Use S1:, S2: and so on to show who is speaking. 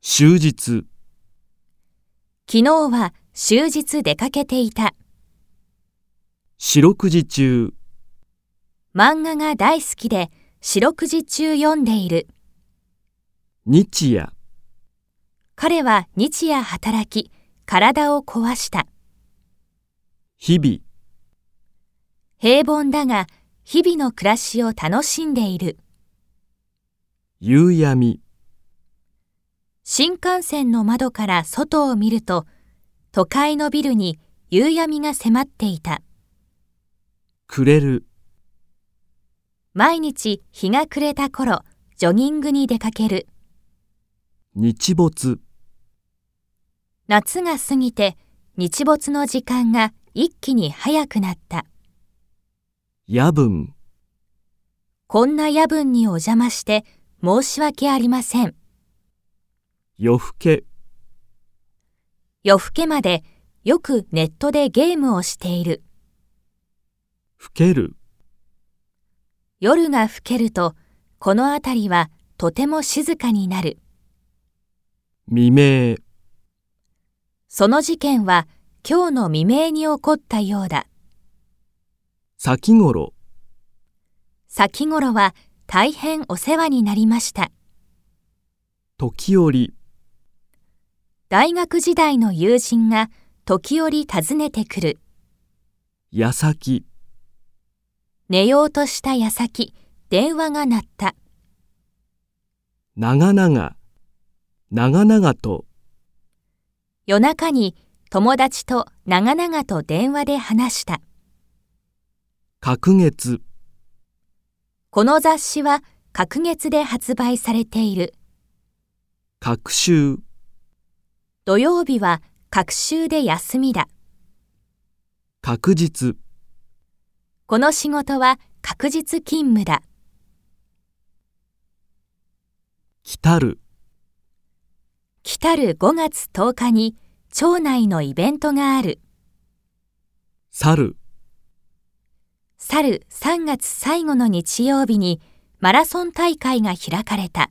S1: 終日、
S2: 昨日は終日出かけていた。
S1: 四六時中、
S2: 漫画が大好きで四六時中読んでいる。
S1: 日夜、
S2: 彼は日夜働き、体を壊した。
S1: 日々、
S2: 平凡だが日々の暮らしを楽しんでいる。
S1: 夕闇、
S2: 新幹線の窓から外を見ると、都会のビルに夕闇が迫っていた。
S1: 暮れる、
S2: 毎日日が暮れた頃、ジョギングに出かける。
S1: 日没、
S2: 夏が過ぎて日没の時間が一気に早くなった。
S1: 夜分、
S2: こんな夜分にお邪魔して申し訳ありません。
S1: 夜更け、
S2: 夜更けまでよくネットでゲームをしている。
S1: 更ける、
S2: 夜が更けると、この辺りはとても静かになる。
S1: 未明、
S2: その事件は今日の未明に起こったようだ。
S1: 先頃、
S2: 先頃は大変お世話になりました。
S1: 時折、
S2: 大学時代の友人が時折訪ねてくる。
S1: 矢先、
S2: 寝ようとした矢先、電話が鳴った。
S1: 長々、長々と、
S2: 夜中に友達と長々と電話で話した。
S1: 隔月、
S2: この雑誌は隔月で発売されている。
S1: 隔週、
S2: 土曜日は隔週で休みだ。
S1: 確実、
S2: この仕事は確実勤務だ。
S1: 来たる、
S2: 来たる5月10日に町内のイベントがある。
S1: 去る、
S2: 去る3月最後の日曜日にマラソン大会が開かれた。